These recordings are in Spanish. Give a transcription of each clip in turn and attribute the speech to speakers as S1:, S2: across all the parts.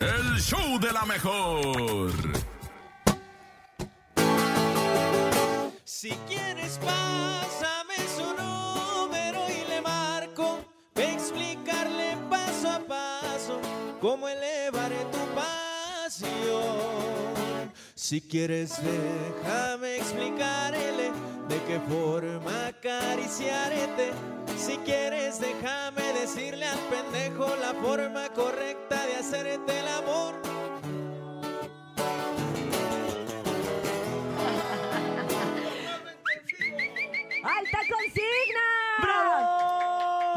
S1: el show de la mejor.
S2: Si quieres, pásame su número y le marco. Ve a explicarle paso a paso cómo elevaré tu pasión. Si quieres, déjame explicarle de qué forma acariciarete. Si quieres, déjame decirle al pendejo la forma correcta de hacerte el amor.
S3: ¡Alta consigna!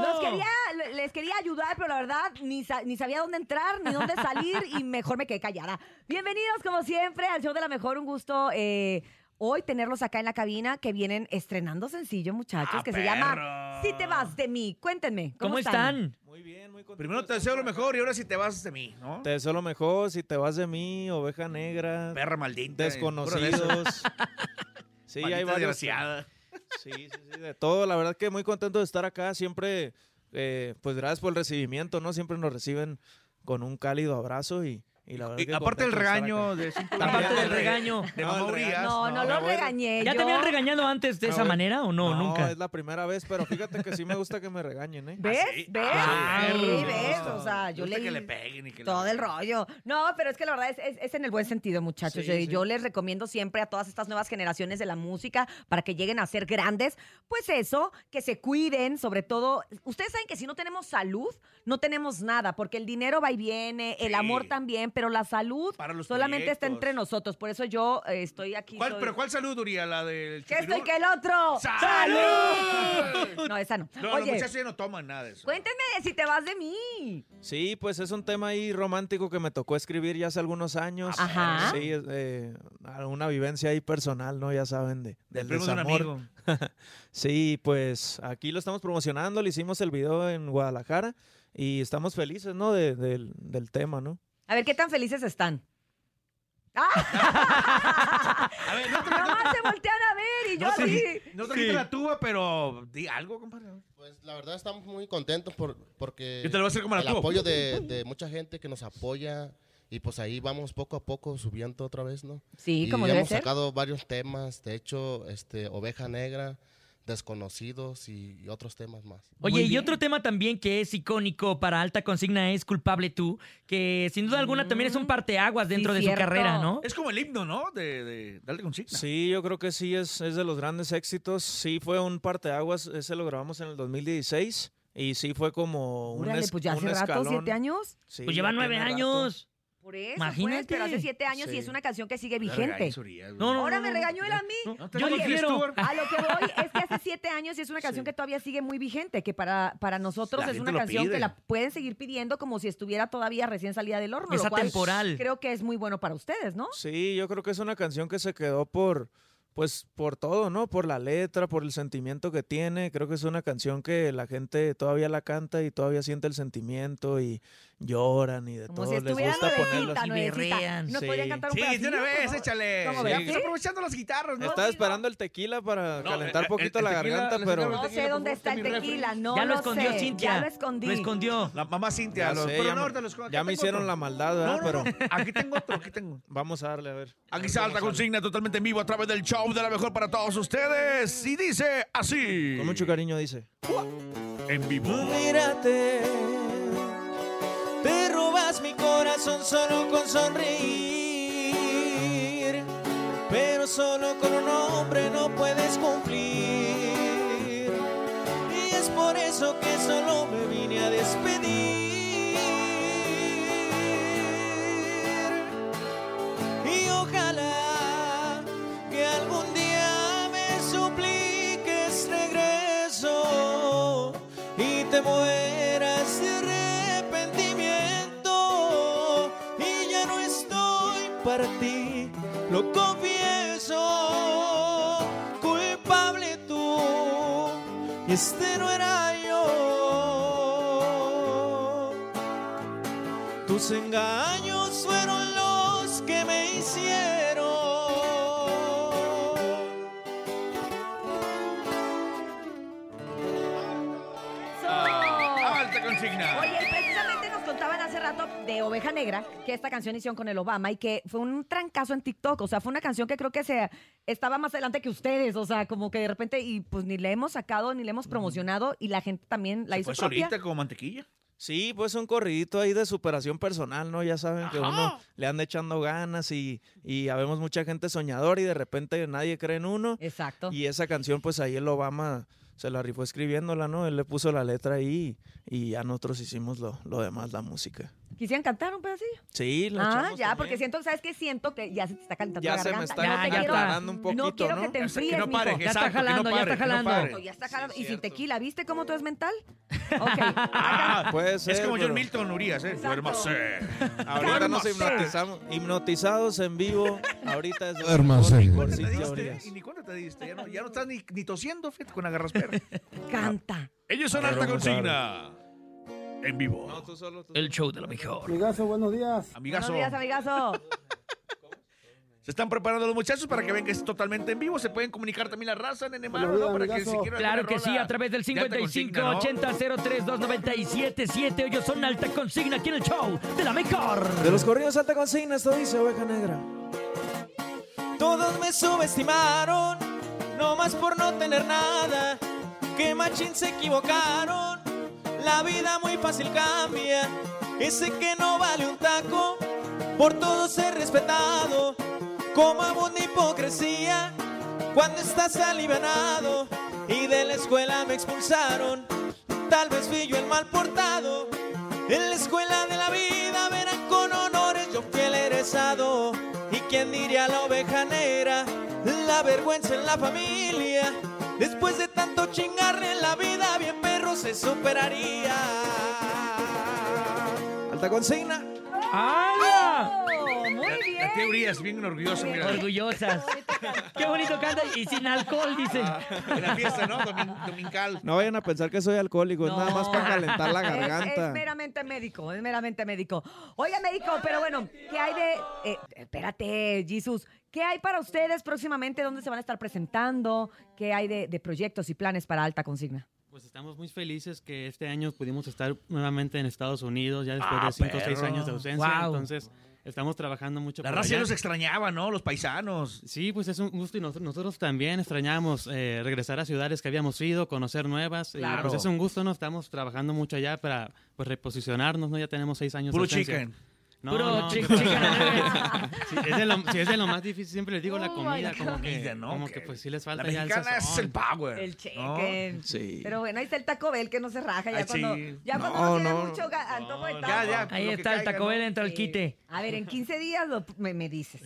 S3: Los quería, le- les quería ayudar, pero la verdad ni, sa- ni sabía dónde entrar, ni dónde salir y mejor me quedé callada. Bienvenidos, como siempre, al show de la mejor. Un gusto eh, hoy tenerlos acá en la cabina que vienen estrenando sencillo, muchachos, que se llama Si te vas de mí. Cuéntenme, ¿cómo,
S4: ¿Cómo están?
S2: Muy bien, muy contento.
S5: Primero te deseo lo mejor y ahora si te vas de mí, ¿no?
S2: Te deseo lo mejor si te vas de mí, oveja negra,
S5: Perra maldita.
S2: desconocidos.
S5: Sí,
S2: Sí,
S5: hay
S2: hay varios. Sí,
S5: desgraciada.
S2: sí, sí, de todo. La verdad que muy contento de estar acá. Siempre, eh, pues gracias por el recibimiento, ¿no? Siempre nos reciben con un cálido abrazo y, y la verdad
S5: Y
S2: que
S5: aparte el
S2: contento de estar
S5: regaño
S2: acá.
S5: de cinco
S4: Aparte
S5: días
S4: del regaño.
S5: De
S2: No,
S5: mamá
S2: el regaño.
S5: Urias,
S3: No, no, lo
S5: bueno.
S3: regañé.
S4: ¿Ya
S3: Eh, yo.
S4: te habían regañado antes de
S2: Ah,
S4: esa
S2: bueno.
S4: manera o no? nunca.
S2: es la primera vez, pero fíjate que sí me gusta que me regañen, ¿eh?
S3: ¿Ves?
S5: ¿Ah, sí?
S3: ¿Ves?
S5: Ah,
S3: Sí,
S5: perro.
S3: ¿ves? O sea, yo
S5: Gusta
S3: leí
S5: que le peguen y que le-
S3: Todo el rollo. No, pero es que la verdad es, es- es en el buen sentido, muchachos.
S2: Sí,
S3: yo,
S2: sí.
S3: yo les recomiendo siempre a todas estas nuevas generaciones de la música para que lleguen a ser grandes. Pues eso, que se cuiden, sobre todo. Ustedes saben que si no tenemos salud, no tenemos nada, porque el dinero va y viene, el
S5: Sí.
S3: amor también, pero la salud
S5: Para los
S3: solamente está
S5: proyectos.
S3: entre nosotros. Por eso yo eh, estoy aquí.
S5: ¿Cuál-
S3: soy-
S5: ¿Pero cuál salud, Urias? ¿La del
S3: que estoy
S5: chupirul?
S3: que el otro.
S5: ¡Salud!
S3: No, esa no.
S5: No, los
S3: Oye,
S5: muchachos ya no toman nada de eso.
S3: cuéntenme de si te vas de mí.
S2: Sí, pues es un tema ahí romántico que me tocó escribir ya hace algunos años.
S3: Ajá.
S2: Sí, es, eh, una vivencia ahí personal, ¿no? Ya saben, de,
S5: Del
S2: del
S5: primo de un
S2: desamor.
S5: amigo.
S2: Sí, pues aquí lo estamos promocionando, le hicimos el video en Guadalajara y estamos felices, ¿no? De- del, del tema, ¿no?
S3: A ver, ¿qué tan felices están? ¡Ah!
S5: A ver, no tra-
S3: Nomás se voltean a ver y yo
S5: no tra-
S3: así.
S5: no trajiste la tuba, pero di algo, compadre.
S2: Eh,
S6: Pues la verdad estamos muy contentos por, porque
S5: Yo te lo voy a hacer como la
S6: el
S5: tuya.
S6: apoyo de, de mucha gente que nos apoya y pues ahí vamos poco a poco subiendo otra vez, ¿no?
S3: Sí,
S6: y
S3: como debe
S6: hemos
S3: ser.
S6: sacado varios temas, de hecho, este Oveja Negra, Desconocidos y, y otros temas más.
S4: Oye, y otro tema también que es icónico para Alta Consigna es Culpable Tú, que sin duda alguna también es un parteaguas
S3: Mm, Sí,
S4: dentro de
S3: cierto.
S4: su carrera, ¿no?
S5: Es como el himno, ¿no? De, de Dale Consigna.
S2: Sí, yo creo que sí, es, es de los grandes éxitos. Sí, fue un parteaguas, ese lo grabamos en el 2016 y sí fue como un,
S3: Órale,
S2: es-
S3: pues ya hace
S2: un
S3: rato,
S2: escalón.
S3: siete años.
S2: Sí,
S4: Pues
S2: ya
S4: lleva nueve
S2: tiene rato.
S4: años.
S3: Por eso, pues,
S4: Imagínate.
S3: pero hace siete años y
S6: Sí.
S3: es una canción que sigue
S5: La regañas,
S3: vigente.
S5: Urias, güey.
S4: No, no,
S3: Ahora
S4: no,
S3: me
S4: no, no.
S3: regañó él a mí.
S5: No, te
S4: Yo
S5: regañes,
S4: difiero.
S5: Stuart.
S3: A lo que voy es que hace siete años y es una canción que todavía sigue muy vigente, que para, para nosotros
S5: La
S3: es
S5: gente
S3: una
S5: lo
S3: canción que
S5: pide.
S3: la pueden seguir pidiendo como si estuviera todavía recién salida del horno.
S4: Es
S3: lo cual
S4: atemporal.
S3: Creo que es muy bueno para ustedes, ¿no?
S2: Sí, yo creo que es una canción que se quedó por, pues, por todo, ¿no? Por la letra, por el sentimiento que tiene. Creo que es una canción que la gente todavía la canta y todavía siente el sentimiento y lloran y de
S3: Como
S2: todo.
S3: si
S2: Les
S3: estuviera
S2: gusta ponerlo
S3: nuevecita,
S2: así.
S4: y
S3: nuevecita.
S4: berrean,
S3: ¿Nos
S2: sí.
S3: podrían cantar un
S5: Sí, de
S3: pedacito,
S5: una
S3: por
S5: vez,
S3: favor?
S5: échale.
S3: ¿Cómo
S2: Sí.
S3: ves?
S2: ves?
S5: Estás aprovechando las guitarras, ¿no?
S2: Estaba esperando el tequila para
S5: No,
S2: calentar
S5: el-
S2: poquito
S5: el
S2: la
S5: tequila,
S2: garganta,
S5: la
S2: pero...
S5: señora-
S3: No sé dónde está el
S5: Tengo mi refri.
S3: tequila, no
S4: ya lo
S3: lo
S4: escondió
S3: sé,
S4: Cintia.
S3: Ya lo escondí.
S4: Lo escondió.
S5: La mamá Cintia.
S2: Ya
S5: los-
S2: sé,
S5: pero
S2: ya
S5: no,
S2: me-
S5: ahorita los-
S2: Ya
S5: acá
S2: me
S5: tengo
S2: hicieron
S5: otro.
S2: la maldad, ¿verdad?
S5: No, no,
S2: Pero
S5: no, Aquí tengo otro, aquí tengo.
S2: vamos a darle, a ver.
S5: Aquí salta consigna totalmente en vivo a través del show de la mejor para todos ustedes. Y dice así.
S2: Con mucho cariño dice.
S5: En vivo.
S2: Mírate, te robas mi corazón solo con sonreír, pero solo con un hombre no puedes cumplir. Y es por eso que solo me vine a despedir. Y ojalá que algún día me supliques regreso y te mueras de arrepentimiento y ya no estoy para ti, lo confieso, culpable tú y este no era yo. Tus engaños fueron los que me hicieron.
S3: Eso.
S5: Alta consigna.
S3: Ah. Oye, y precisamente nos contaban hace rato de Oveja Negra, que esta canción hicieron con el Obama y que fue un trancazo en TikTok. O sea, fue una canción que creo que se estaba más adelante que ustedes. O sea, como que de repente, y pues ni le hemos sacado, ni le hemos promocionado, y la gente también la
S5: Se
S3: hizo
S5: fue
S3: propia.
S5: Pues solita como mantequilla.
S2: Sí, pues un corridito ahí de superación personal, ¿no? Ya saben que uno le anda echando ganas y, y habemos mucha gente soñadora y de repente nadie cree en uno.
S3: Exacto.
S2: Y esa canción, pues ahí el Obama se la rifó escribiéndola, ¿no? Él le puso la letra ahí y ya nosotros hicimos lo, lo demás, la música.
S3: ¿Quisieran cantar un pedacillo?
S2: Sí, la
S3: ah,
S2: echamos
S3: ya,
S2: también.
S3: porque siento, ¿sabes qué? Siento que ya se te está calentando
S2: Ya
S3: la
S2: se me
S3: garganta.
S2: está
S3: no te
S4: ya
S3: quiero,
S2: calentando un poquito,
S3: no quiero que
S2: ¿no?
S3: te
S5: O sea,
S3: enfríes,
S5: que no pare,
S3: mijo.
S5: que
S4: Ya está
S5: exacto, que no
S4: jalando, ya
S5: pare,
S4: está
S5: que no
S4: jalando.
S5: pare.
S3: Ya está jalando.
S2: Sí,
S3: y sin
S2: cierto.
S3: tequila, ¿viste cómo tú es mental? Ok.
S2: Puede ser,
S5: Ah, Es como John
S2: pero
S5: Milton Urias, ¿eh?
S3: Exacto.
S5: Duérmase.
S2: Ahorita nos
S5: Duérmase.
S2: hipnotizamos. Hipnotizados en vivo. Ahorita es
S6: Hermoso.
S5: ¿Cuándo te diste? ¿Y ni cuándo te diste? Ya no, ya no estás ni, ni tosiendo, fíjate, con agarras perro.
S3: Canta.
S5: Ellos son alta consigna. En vivo.
S4: El show de la mejor.
S7: Amigazo, buenos días.
S5: Amigazo.
S3: Buenos días, amigazo.
S5: Se están preparando los muchachos para que vean que es totalmente en vivo. Se pueden comunicar también la raza, nene Maro,
S7: Buenos
S5: ¿no? Para
S7: días,
S5: que si
S7: amigazo.
S5: quieren
S4: Claro
S5: alguna
S4: que sí,
S5: rola
S4: a través del
S5: de alta consigna, ¿no?
S4: 5580-032977. Ellos son alta consigna aquí en el show de la mejor.
S2: De los corridos alta consigna, esto dice Oveja Negra. Todos me subestimaron, no más por no tener nada. Que machín se equivocaron, la vida muy fácil cambia. Ese que no vale un taco, por todo ser respetado. Como abunda hipocresía, cuando estás alivianado. Y de la escuela me expulsaron, tal vez fui yo el mal portado. En la escuela de la vida verán con honores yo fui el egresado. ¿Y quién diría la oveja negra? La vergüenza en la familia. Después de tanto chingarle en la vida, bien perro se superaría. Alta consigna.
S4: ¡Hala!
S2: ¡Ah!
S3: Oh, muy bien.
S5: La- La tía Urias, bien orgullosa, mira.
S4: Orgullosas. Qué bonito canta y sin alcohol, dicen.
S5: En la fiesta, ¿no? Domin- domincal.
S2: No vayan a pensar que soy alcohólico, es nada más para calentar la
S3: Es- Es,
S2: garganta.
S3: meramente médico, es meramente médico. Oiga, médico, pero bueno, ¿qué hay de. eh, espérate, Jesús. ¿Qué hay para ustedes próximamente? ¿Dónde se van a estar presentando? ¿Qué hay de, de proyectos y planes para alta consigna?
S8: Pues estamos muy felices que este año pudimos estar nuevamente en Estados Unidos, ya después de 5 o 6
S5: Ah, perro.
S8: años de ausencia.
S4: Wow.
S8: Entonces, estamos trabajando mucho.
S5: La
S8: por
S5: raza ya
S8: allá.
S5: los extrañaba, ¿no? Los paisanos.
S8: Sí, pues es un gusto y nosotros, nosotros también extrañamos eh, regresar a ciudades que habíamos ido, conocer nuevas.
S5: Claro.
S8: Y pues es un gusto, ¿no? Estamos trabajando mucho allá para pues, reposicionarnos, ¿no? Ya tenemos 6 años de
S5: Puro
S8: ausencia.
S5: chicken.
S8: No,
S4: Puro
S8: no,
S4: chi-
S8: pero-
S4: chicken
S8: Sí, es de lo, sí, es de lo más difícil, siempre les digo la
S3: Oh,
S8: comida,
S3: my
S8: como
S5: Comida,
S8: que,
S5: ¿no?
S8: como que pues sí les falta
S5: La
S8: ya el
S5: mexicana es
S8: sazón.
S5: el power.
S3: El
S5: ¿no?
S3: cheque.
S2: Sí.
S3: Pero bueno, ahí está el Taco Bell que no se raja. Ya
S5: Ay,
S3: cuando,
S5: sí.
S3: ya cuando
S2: No,
S3: no, tiene
S2: no.
S3: mucho ga- antojo de
S8: No,
S3: taco.
S5: Ya, ya.
S4: Ahí
S5: lo que
S4: está el
S5: caiga,
S4: Taco
S5: ¿no?
S4: Bell entra al
S3: Sí.
S4: quite.
S3: A ver, en 15 días lo- me, me dices.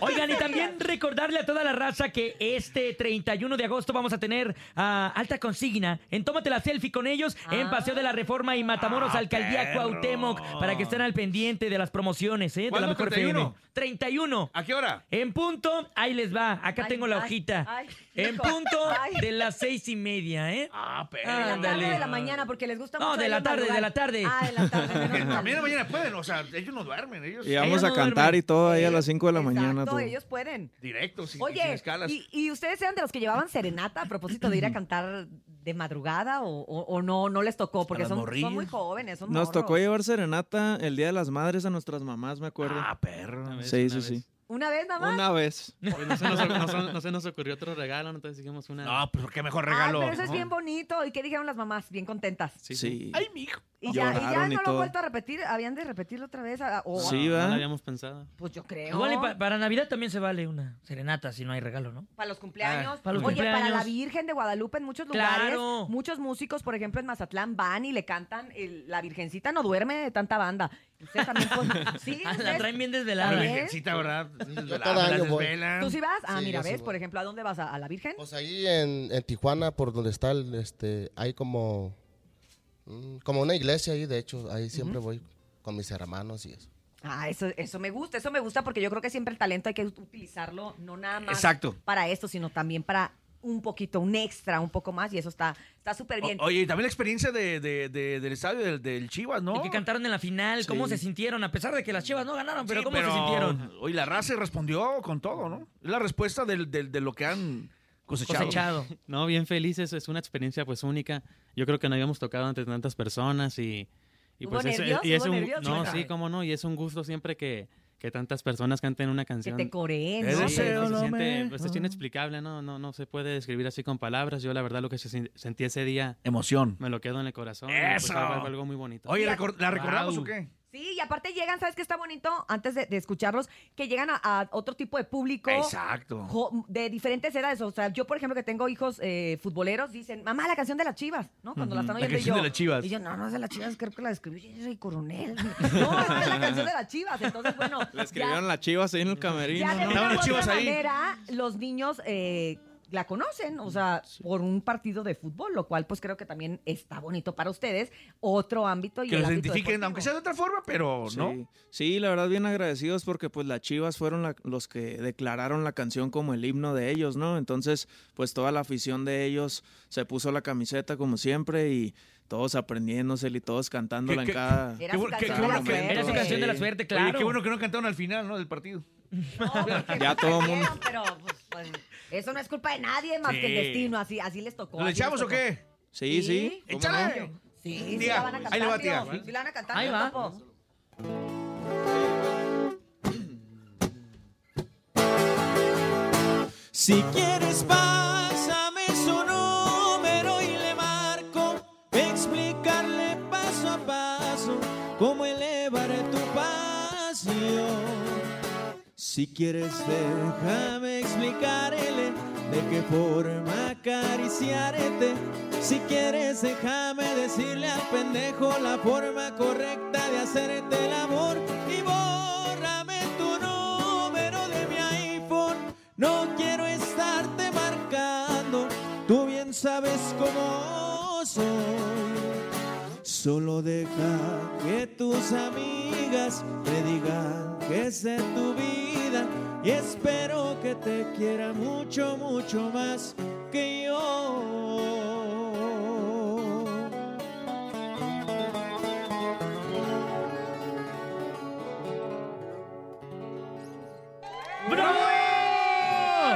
S4: Oigan, y también recordarle a toda la raza que este 31 de agosto vamos a tener a alta consigna en Tómate la Selfie con ellos en
S3: Ah.
S4: Paseo de la Reforma y Matamoros,
S5: Ah,
S4: Alcaldía
S5: perro.
S4: Cuauhtémoc, para que estén al pendiente de las promociones, ¿eh? De la
S5: ¿Cuándo,
S4: mejor
S5: 31?
S4: FM. 31.
S5: ¿A qué hora?
S4: En punto, ahí les va. Acá
S3: Ay,
S4: tengo la
S3: ay,
S4: hojita.
S3: ay,
S4: en
S3: hijo,
S4: punto
S3: ay.
S4: de las seis y media, ¿eh?
S5: Ah, pero.
S3: De la tarde
S4: Ándale.
S3: o de la mañana, porque les gusta
S4: No,
S3: mucho.
S4: de la
S3: ellos
S4: tarde, de la
S3: madrugar.
S4: tarde.
S3: Ah, de la tarde. menos mal.
S5: También mañana pueden, o sea, ellos no duermen, ellos
S2: Y vamos
S4: Ella
S2: a
S4: no
S2: cantar
S4: duerme.
S2: y todo ahí a las 5 de la
S3: Eh, Exacto,
S2: mañana. tú.
S3: ellos pueden.
S5: directos, sin, sin
S3: Oye,
S5: escalas.
S3: ¿y, y ustedes eran de los que llevaban serenata a propósito de ir a cantar de madrugada o, o- o no no les tocó? Porque
S5: las
S3: son,
S5: morrillas.
S3: son muy jóvenes, son
S2: Nos
S3: morros.
S2: tocó llevar serenata el Día de las Madres a nuestras mamás, me acuerdo.
S5: Ah, perro.
S8: Una vez,
S2: sí,
S8: una
S2: sí,
S8: vez.
S2: sí.
S3: Una vez Ah, nada más.
S2: Una vez.
S8: Pues no, se nos, no se- no se nos ocurrió otro regalo, entonces dijimos una...
S5: No, pues qué mejor
S3: Ay,
S5: regalo.
S3: Ah, pero eso es
S5: ¿no?
S3: bien bonito. ¿Y qué dijeron las mamás? Bien contentas.
S2: Sí.
S5: Ay, mijo.
S3: Y ya, y ya
S2: Lloraron y
S3: no lo han
S2: todo.
S3: vuelto a repetir. Habían de repetirlo otra vez. a- o-
S2: Sí,
S8: no,
S2: ¿verdad?
S8: lo habíamos pensado.
S3: Pues yo creo.
S4: Igual y pa- para Navidad también se vale una serenata si no hay regalo, ¿no?
S3: Para los cumpleaños.
S4: Ah, para los
S3: Oye, para la
S4: cumpleaños.
S3: Virgen de Guadalupe en muchos lugares.
S4: Claro.
S3: Muchos músicos, por ejemplo, en Mazatlán van y le cantan. el- la Virgencita no duerme de tanta banda. Ustedes también pon- sí,
S4: Ah, la
S3: ustedes-
S4: traen bien
S5: La
S4: desvelada.
S3: ¿Eh?
S5: virgencita, ¿verdad?
S6: Yo
S5: La-
S6: todo
S5: la
S6: año voy.
S5: desvelan.
S3: ¿Tú sí vas? Ah,
S6: Sí,
S3: mira,
S6: yo sí
S3: ves,
S6: voy.
S3: por ejemplo, ¿a dónde vas? ¿A, a la Virgen?
S6: Pues ahí en, en Tijuana, por donde está el, este, hay como, mm, como una iglesia ahí, de hecho, ahí siempre voy con mis hermanos y eso.
S3: Ah, eso, eso me gusta, eso me gusta porque yo creo que siempre el talento hay que ut- utilizarlo, no nada más
S5: Exacto.
S3: para esto, sino también para un poquito, un extra, un poco más, y eso está está súper bien.
S5: O- oye, y también la experiencia de, de- de- del estadio del, del Chivas, ¿no?
S4: Y que cantaron en la final, cómo se sintieron, a pesar de que las chivas no ganaron, pero
S5: Sí,
S4: cómo se sintieron.
S5: Oye, la raza respondió con todo, ¿no? Es la respuesta del, del- de lo que han cosechado.
S4: Cosechado.
S8: No, bien felices, es una experiencia pues única. Yo creo que no habíamos tocado ante tantas personas y, Y
S3: ¿Hubo
S8: es-
S3: nervios?
S8: y es
S3: ¿Hubo
S8: un,
S3: nervios?
S8: no,
S3: Ay.
S8: sí, cómo no, y es un gusto siempre que, que tantas personas canten una
S3: Que
S8: canción.
S3: te coreen,
S8: Sí,
S3: ¿no?
S8: sí, se
S5: Deseo lo
S8: siente, pues, es
S5: mejor.
S8: inexplicable, ¿no? No, no se puede describir así con palabras. Yo la verdad lo que se sin- sentí ese día
S5: Emoción.
S8: me lo quedo en el corazón. y, pues,
S5: ¡Eso!
S8: algo, algo muy bonito.
S5: Oye, ¿recor- ¿la recordamos
S8: Wow.
S5: o qué?
S3: Sí, y aparte llegan, ¿sabes qué está bonito? Antes de, de escucharlos, que llegan a, a otro tipo de público.
S5: Exacto.
S3: jo- De diferentes edades, o sea, yo por ejemplo que tengo hijos eh, futboleros, dicen, mamá, la canción de las chivas, ¿no? Cuando la están
S5: La
S3: oyendo y
S5: canción
S3: yo,
S5: de las chivas.
S3: Y yo, no, no es de las chivas, creo que la escribió Jerry Coronel. No, es la canción de las chivas, entonces, bueno.
S7: Le
S3: ya-
S7: escribieron las chivas ahí en el camerino.
S3: ya de
S7: ¿no?
S3: una
S5: Estaban
S3: u otra
S5: las chivas ahí.
S3: manera, los niños eh, la conocen, o sea, por un partido de fútbol, lo cual pues creo que también está bonito para ustedes. Otro ámbito y
S5: Que
S3: el
S5: los
S3: ámbito
S5: identifiquen,
S3: deportivo.
S5: aunque sea de otra forma, pero
S7: Sí.
S5: no.
S7: Sí, la verdad, bien agradecidos porque pues las Chivas fueron la- los que declararon la canción como el himno de ellos, ¿no? Entonces, pues toda la afición de ellos se puso la camiseta como siempre y todos aprendiéndosela y todos cantándola
S5: ¿Qué- qué-
S7: en cada...
S3: Era
S5: Qué
S3: su
S5: bu- qué-
S3: canción
S5: qué
S3: de la
S5: bueno que-
S3: suerte.
S4: Era su canción de la
S7: Sí.
S4: suerte,
S5: Oye,
S4: claro.
S5: qué bueno que no cantaron al final, ¿no? Del partido.
S3: No, porque
S7: Ya
S3: se
S7: todo
S3: perdieron,
S7: mundo-
S3: Pero pues, pues, eso no es culpa de nadie más que el
S5: Sí.
S3: destino, así, así les tocó.
S5: ¿Lo
S3: así les
S5: echamos o
S3: tocó.
S5: qué?
S3: Sí.
S7: Sí, sí. ¿cómo no?
S5: ¡Échale!
S3: Sí, sí
S5: Tía,
S3: la van a
S5: ahí
S3: cantar.
S5: le va,
S3: tío,
S5: tía.
S3: Sí, la van a cantar.
S4: Ahí
S3: tío
S4: va.
S3: Topo.
S2: Si quieres, pásame su número y le marco. Explicarle paso a paso cómo elevaré tu pasión. Si quieres, déjame explicarle de qué forma acariciarte. Si quieres, déjame decirle al pendejo la forma correcta de hacerte el amor. Y bórrame tu número de mi iPhone. No quiero estarte marcando. Tú bien sabes cómo soy. Solo deja que tus amigas te digan que es de tu vida y espero que te quiera mucho, mucho más que yo.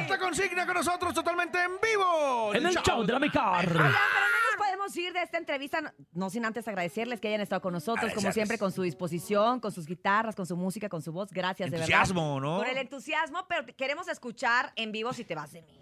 S5: Esta consigna con nosotros totalmente en vivo.
S4: En el show de la mejor.
S3: Nos podemos ir de esta entrevista, no- no sin antes agradecerles que hayan estado con nosotros, como
S5: Agradecerles.
S3: siempre, con su disposición, con sus guitarras, con su música, con su voz. Gracias, de verdad.
S5: Entusiasmo, ¿no?
S3: Por el entusiasmo, pero te queremos escuchar en vivo si te vas de mí.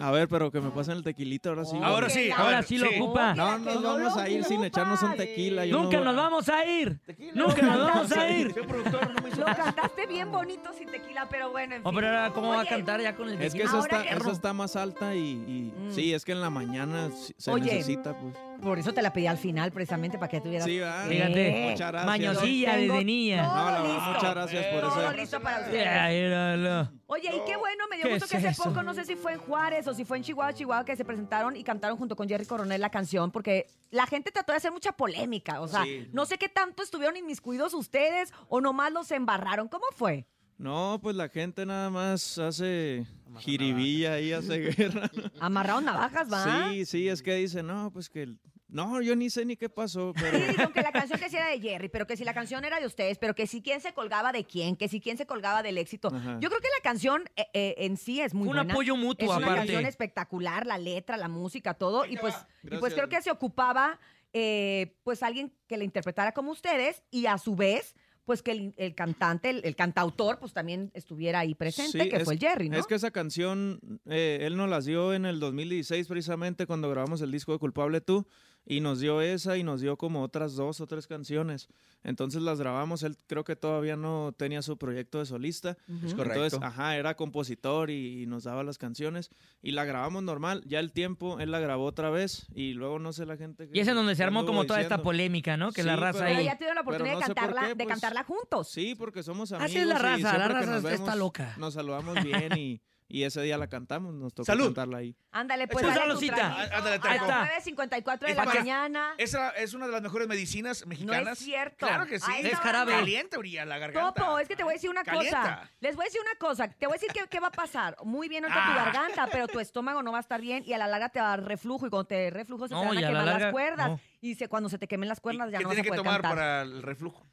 S7: A ver, pero que me pasen el tequilito ahora sí.
S5: Ahora
S3: Que
S5: sí,
S3: la-
S5: ahora
S4: sí lo ocupa.
S3: que la
S7: No,
S3: que
S7: nos vamos
S3: lo
S7: a ir sin
S3: ocupa.
S7: echarnos un tequila. yo
S4: Nunca
S7: no-
S4: nos vamos a ir. Nunca nos vamos a ir.
S3: Lo cantaste bien bonito sin tequila, pero bueno, en
S4: Oh,
S3: fin.
S4: pero ahora, ¿cómo va a
S3: Oye,
S4: cantar ya con el
S7: Es que
S4: tequila?
S7: eso
S3: Ahora
S7: está,
S3: que
S7: eso
S3: rom-
S7: está más alta y, y-
S3: Mm.
S7: sí, es que en la mañana sí- se
S3: Oye.
S7: necesita, pues.
S3: Por eso te la pedí al final, precisamente, para que tuvieras...
S7: Sí, va.
S4: Fíjate,
S7: Muchas gracias.
S4: mañosilla
S3: Tengo
S4: desde
S3: todo
S4: niña.
S7: No, la verdad,
S3: listo.
S7: muchas gracias por
S3: Todo
S7: eso.
S3: listo para ustedes.
S4: Ya, míralo.
S3: Oye, y qué bueno, me dio
S4: ¿Qué
S3: gusto que
S4: es
S3: hace
S4: eso?
S3: poco, no sé si fue en Juárez o si fue en Chihuahua, Chihuahua, que se presentaron y cantaron junto con Jerry Coronel la canción, porque la gente trató de hacer mucha polémica. O sea,
S7: Sí.
S3: no sé qué tanto estuvieron inmiscuidos ustedes o nomás los embarraron. ¿Cómo fue?
S7: No, pues la gente nada más hace jiribilla ahí, hace guerra. ¿no?
S3: ¿Amarraron navajas, va?
S7: Sí, sí, es que dice, no, pues que... el- No, yo ni sé ni qué pasó,
S3: Sí,
S7: pero...
S3: con que la canción que sí era de Jerry, pero que si la canción era de ustedes, pero que si quién se colgaba de quién, que si quién se colgaba del éxito.
S7: Ajá.
S3: Yo creo que la canción eh, eh, en sí es muy
S4: Fue un
S3: buena.
S4: apoyo mutuo,
S3: Es una
S4: aparte.
S3: canción espectacular, la letra, la música, todo. Y pues, y pues
S7: Gracias.
S3: creo que se ocupaba eh, pues alguien que la interpretara como ustedes y a su vez pues que el, el cantante, el, el cantautor, pues también estuviera ahí presente,
S7: Sí,
S3: que
S7: es-
S3: fue el Jerry, ¿no?
S7: Es que esa canción, eh, él nos las dio en el 2016 precisamente cuando grabamos el disco de Culpable Tú. Y nos dio esa y nos dio como otras dos o tres canciones. Entonces las grabamos. Él creo que todavía no tenía su proyecto de solista.
S3: Ujú.
S5: Correcto.
S7: Entonces, ajá, era compositor y, y nos daba las canciones. Y la grabamos normal. Ya el tiempo, él la grabó otra vez. Y luego no sé la gente.
S4: Y es en donde se armó como toda esta
S7: polémica.
S4: polémica, ¿no? Que la
S7: Sí,
S4: raza
S7: pero-
S3: Pero
S4: ahí.
S3: ya tuvieron la
S7: Pero
S3: oportunidad
S7: no
S3: de,
S7: sé por
S3: cantarla,
S7: qué,
S3: de
S7: pues,
S3: cantarla juntos.
S7: Sí, porque somos amigos.
S4: Así es la
S7: y
S4: raza, la
S7: siempre que
S4: raza está
S7: nos vemos,
S4: loca.
S7: Nos saludamos bien y, y ese día la cantamos, nos tocó
S5: Salud.
S7: cantarla ahí.
S3: Ándale, pues
S4: Échale
S3: dale
S4: la
S3: tu
S4: cita.
S3: traguito
S5: Ándale,
S3: a
S5: trago.
S3: las 9.54 de
S5: Es
S3: la
S5: para-
S3: mañana.
S5: Esa es una de las mejores medicinas mexicanas.
S3: cierto.
S5: Claro que sí.
S3: Ay, no,
S4: Es jarabe.
S5: Calienta, Uriah, la garganta.
S3: Topo, es que te voy a decir una cosa.
S5: Calienta.
S3: Les voy a decir una cosa. Te voy a decir que- qué va a pasar. Muy bien ahorita tu
S5: Ah.
S3: garganta, pero tu estómago no va a estar bien y a la larga te va a dar reflujo y cuando te dé reflujo se
S4: No,
S3: te van
S4: y
S3: a
S4: a la
S3: quemar las
S4: larga,
S3: cuerdas.
S4: no.
S3: Y se, cuando se te quemen las cuerdas ya
S5: ¿Qué
S3: no vas a
S5: tiene que
S3: poder
S5: tomar
S3: cantar.
S5: para el reflujo?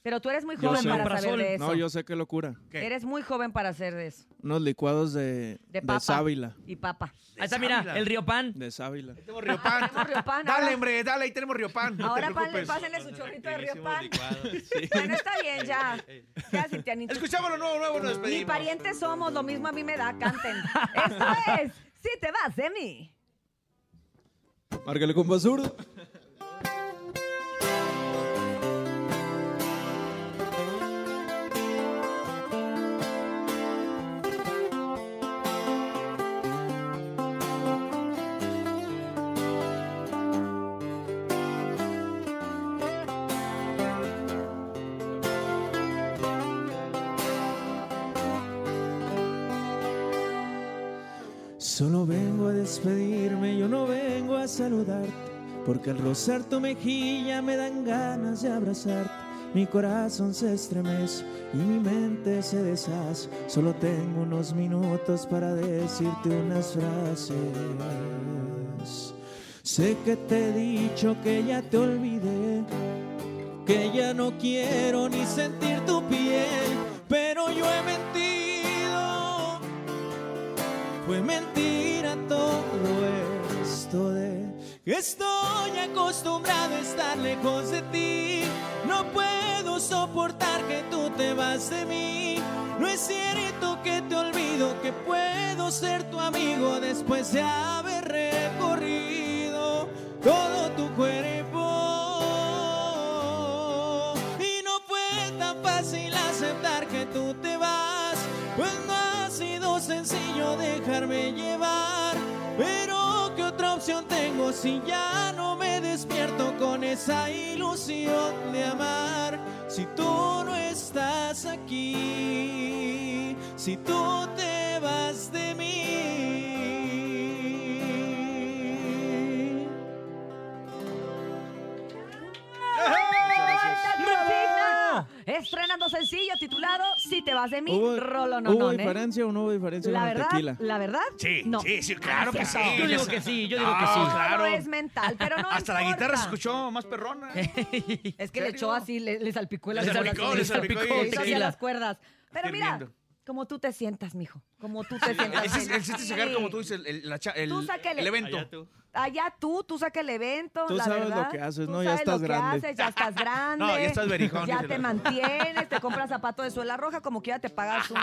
S3: Pero tú eres muy
S2: Yo
S3: joven
S2: soy
S3: para
S4: Omeprazol.
S3: saber de eso.
S2: No, yo sé qué locura.
S5: ¿Qué?
S3: Eres muy joven para hacer de eso.
S2: Unos licuados de,
S3: De
S2: de,
S3: papa.
S2: sábila.
S3: Y papa.
S4: Ahí está, mira, el río Pan.
S2: De sábila.
S5: Tenemos Riopan.
S3: Tenemos Riopan, ahora-
S5: Dale, hombre, dale, ahí tenemos Riopan. No te
S3: Ahora
S5: preocupes.
S3: pásenle, pásenle su chorrito de río
S9: Riquísimos
S3: pan.
S9: licuados, sí.
S3: Bueno, está bien, ya. Ya, Cintianito.
S5: Escuchamos lo nuevo, nuevo, nos
S3: Ni
S5: despedimos.
S3: parientes somos, lo mismo a mí me da, canten. Esto es, si te vas de mí.
S2: Márcale con basura. Solo vengo a despedirme, yo no vengo a saludarte, porque al rozar tu mejilla me dan ganas de abrazarte. Mi corazón se estremece y mi mente se deshace. Solo tengo unos minutos para decirte unas frases. Sé que te he dicho que ya te olvidé, que ya no quiero ni sentir tu piel, pero yo he mentido. Fue mentira todo esto de que estoy acostumbrado a estar lejos de ti. No puedo soportar que tú te vas de mí. No es cierto que te olvido, que puedo ser tu amigo después de haber recorrido todo tu cuerpo. Y no fue tan fácil aceptar que tú te vas, pues no ha sido sencillo dejarme llevar. Pero qué otra opción tengo si ya no me despierto con esa ilusión de amar. Si tú no estás aquí, si tú te vas de mí.
S3: Esta consigna. Estrenando sencillo titulado Si te vas de mí, rolo no
S2: ¿Hubo
S3: no. ¿eh?
S2: diferencia o no hubo diferencia
S3: La
S2: con el
S3: verdad,
S2: tequila?
S3: la verdad.
S5: Sí,
S3: no. Ah,
S5: sí, sí, claro que sí.
S4: Yo digo que sí, yo digo que
S5: No,
S4: sí.
S3: Claro.
S5: claro.
S3: es mental, pero no
S5: Hasta la
S3: importa.
S5: guitarra se escuchó más perrona.
S3: Es que le
S5: ¿Serio?
S3: echó así, le, le salpicó el
S5: Le
S3: alcohol
S5: salpicó,
S3: así,
S5: le salpicó
S3: hizo así a
S4: tequila.
S3: las cuerdas. Pero mira,
S5: Hirviendo.
S3: como tú te sientas, mijo. Como tú te sientas.
S5: Ese es-
S3: Meli.
S5: el chiste es sacar, como tú dices, el, el- la cha- el-
S3: Tú sáquele.
S5: el
S9: Allá
S5: evento.
S9: tú.
S3: Allá tú, tú saca el evento.
S2: Tú
S3: la
S2: sabes
S3: verdad.
S2: lo que haces,
S3: Tú
S2: ¿no? Ya
S3: sabes
S2: estás
S3: lo que
S2: grande.
S3: haces, ya estás grande.
S5: No, ya estás berijón,
S3: Ya
S5: díselo.
S3: te mantienes, te compras zapato de suela roja, como quiera te pagas un,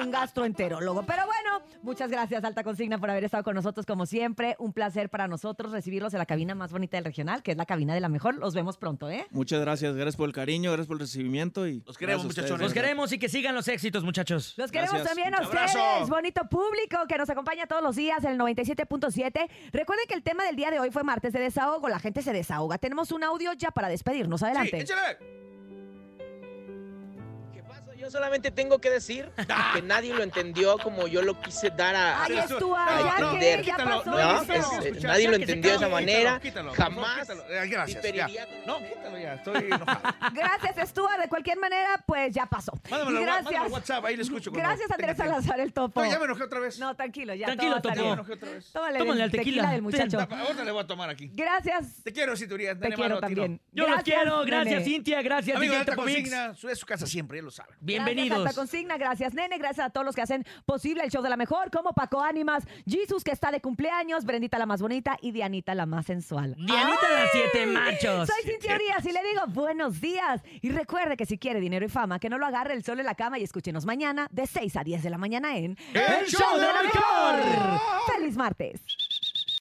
S3: un gastroenterólogo. Pero bueno, muchas gracias, Alta Consigna, por haber estado con nosotros como siempre. Un placer para nosotros recibirlos en la cabina más bonita del regional, que es la cabina de la mejor. Los vemos pronto, ¿eh?
S2: Muchas gracias, gracias por el cariño, gracias por el recibimiento y
S5: Los queremos,
S2: gracias a ustedes,
S5: muchachones.
S4: Los
S2: de verdad.
S4: queremos y que sigan los éxitos, muchachos.
S3: Los queremos
S2: Gracias.
S3: también a
S5: Un abrazo.
S3: ustedes, bonito público que nos acompaña todos los días en el 97.7. Recuerden que el tema del día de hoy fue martes de desahogo, la gente se desahoga. Tenemos un audio ya para despedirnos.
S5: Sí,
S3: Adelante.
S5: échale.
S8: ¿Qué pasa? Yo solamente tengo que decir que nadie lo entendió como yo lo quise dar a,
S3: Ay, es tu
S5: Ah, No,
S3: allá
S5: no,
S3: que ya
S5: quítalo,
S3: pasó.
S5: no,
S8: ¿no?
S5: no quiero
S8: Es- eh,
S5: escuchar,
S8: nadie
S5: ya
S8: lo
S5: que se
S8: entendió de esa
S5: quítalo,
S8: manera.
S5: quítalo, por favor,
S8: Jamás
S5: quítalo. Eh, Gracias. ya.
S8: diferiría con-
S5: No, quítalo ya, estoy enojado.
S3: Gracias, Stuart. De cualquier manera, pues ya pasó.
S5: Mándamelo,
S3: Y
S5: wa-
S3: gracias.
S5: mándamelo WhatsApp, ahí lo escucho cuando
S3: Gracias, Andrés
S5: tenga tiempo.
S3: Salazar, el topo.
S5: No, ya me enojé otra vez.
S3: No, tranquilo, ya.
S4: Tranquilo,
S3: todo va a
S5: Ya
S4: topo.
S5: me
S3: salir.
S5: enojé otra vez.
S3: Tómale,
S4: Tómale
S3: del
S4: al tequila.
S3: tequila del muchacho.
S5: Ahora le voy a tomar aquí.
S3: Gracias.
S5: Te quiero, Cinturías.
S3: Te quiero también.
S4: Yo los
S3: Gracias,
S4: quiero. Gracias,
S3: nene.
S4: Cintia. Gracias,
S5: Amigo,
S4: DJ
S5: de alta
S4: Topo Mix.
S5: consigna, sube a su casa siempre, ya lo saben.
S4: Bienvenidos.
S3: Gracias, Alta Consigna, gracias Nene, gracias a todos los que hacen posible el show de la mejor, como Paco Ánimas, Jesus que está de cumpleaños, Brendita la más bonita y Dianita la más sensual.
S4: Dianita de las siete machos.
S3: Soy Cintia Urias y le digo buenos días. Y recuerde que si quiere dinero y fama, que no lo agarre el sol en la cama y escúchenos mañana de 6 a 10 de la mañana en
S5: ¡El Show de la Mejor!
S3: ¡Feliz martes!